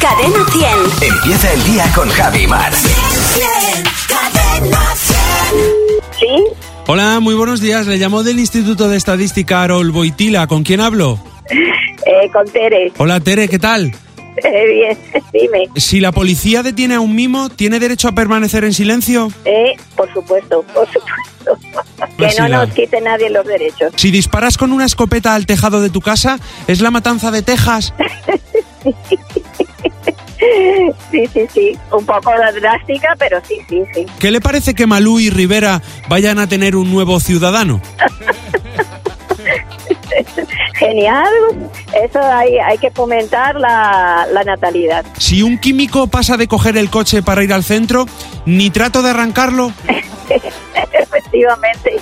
Cadena 100. Empieza el día con Javi Mar. Cadena 100. ¿Sí? Hola, muy buenos días. Le llamo del Instituto de Estadística Arol Boitila. ¿Con quién hablo? Eh, con Tere. Hola, Tere, ¿qué tal? Eh, bien, dime. Si la policía detiene a un mimo, ¿tiene derecho a permanecer en silencio? Eh, por supuesto, por supuesto. que no Vacilada. nos quite nadie los derechos. Si disparas con una escopeta al tejado de tu casa, ¿es la matanza de Texas? Sí, sí, sí. Un poco drástica, pero sí, sí, sí. ¿Qué le parece que Malú y Rivera vayan a tener un nuevo ciudadano? Genial. Eso hay, hay que fomentar la, la natalidad. Si un químico pasa de coger el coche para ir al centro, ni trato de arrancarlo. Efectivamente.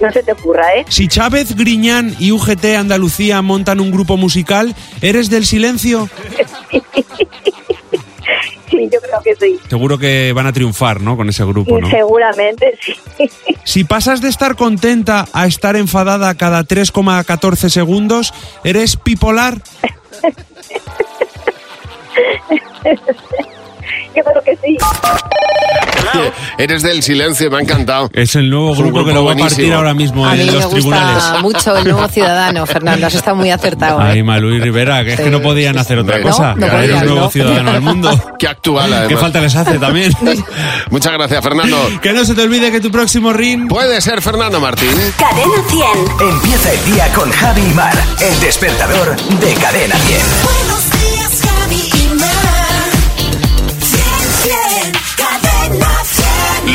No se te ocurra, ¿eh? Si Chávez, Griñán y UGT Andalucía montan un grupo musical, ¿eres del silencio? Sí, yo creo que sí. Seguro que van a triunfar, ¿no? Con ese grupo, ¿no? Seguramente sí. Si pasas de estar contenta a estar enfadada cada 3,14 segundos, ¿eres bipolar? Yo creo que sí. Eres del silencio, me ha encantado. Es el nuevo Es un grupo, que grupo lo va a partir buenísimo. ahora mismo A mí en me los tribunales. gusta mucho el nuevo ciudadano, Fernando. Has estado muy acertado. ¿eh? Ay, Malú y Rivera, que es Sí. que no podían hacer otra No, cosa. no Traer podían, un nuevo no. ciudadano al mundo. Qué actual, Qué además. falta les hace también. Muchas gracias, Fernando. que no se te olvide que tu próximo ring... Puede ser Fernando Martín. ¿eh? Cadena 100. Empieza el día con Javi Mar. El despertador de cadena 10. Buenos días, Javi y Mar. 100, 100, Cadena 100.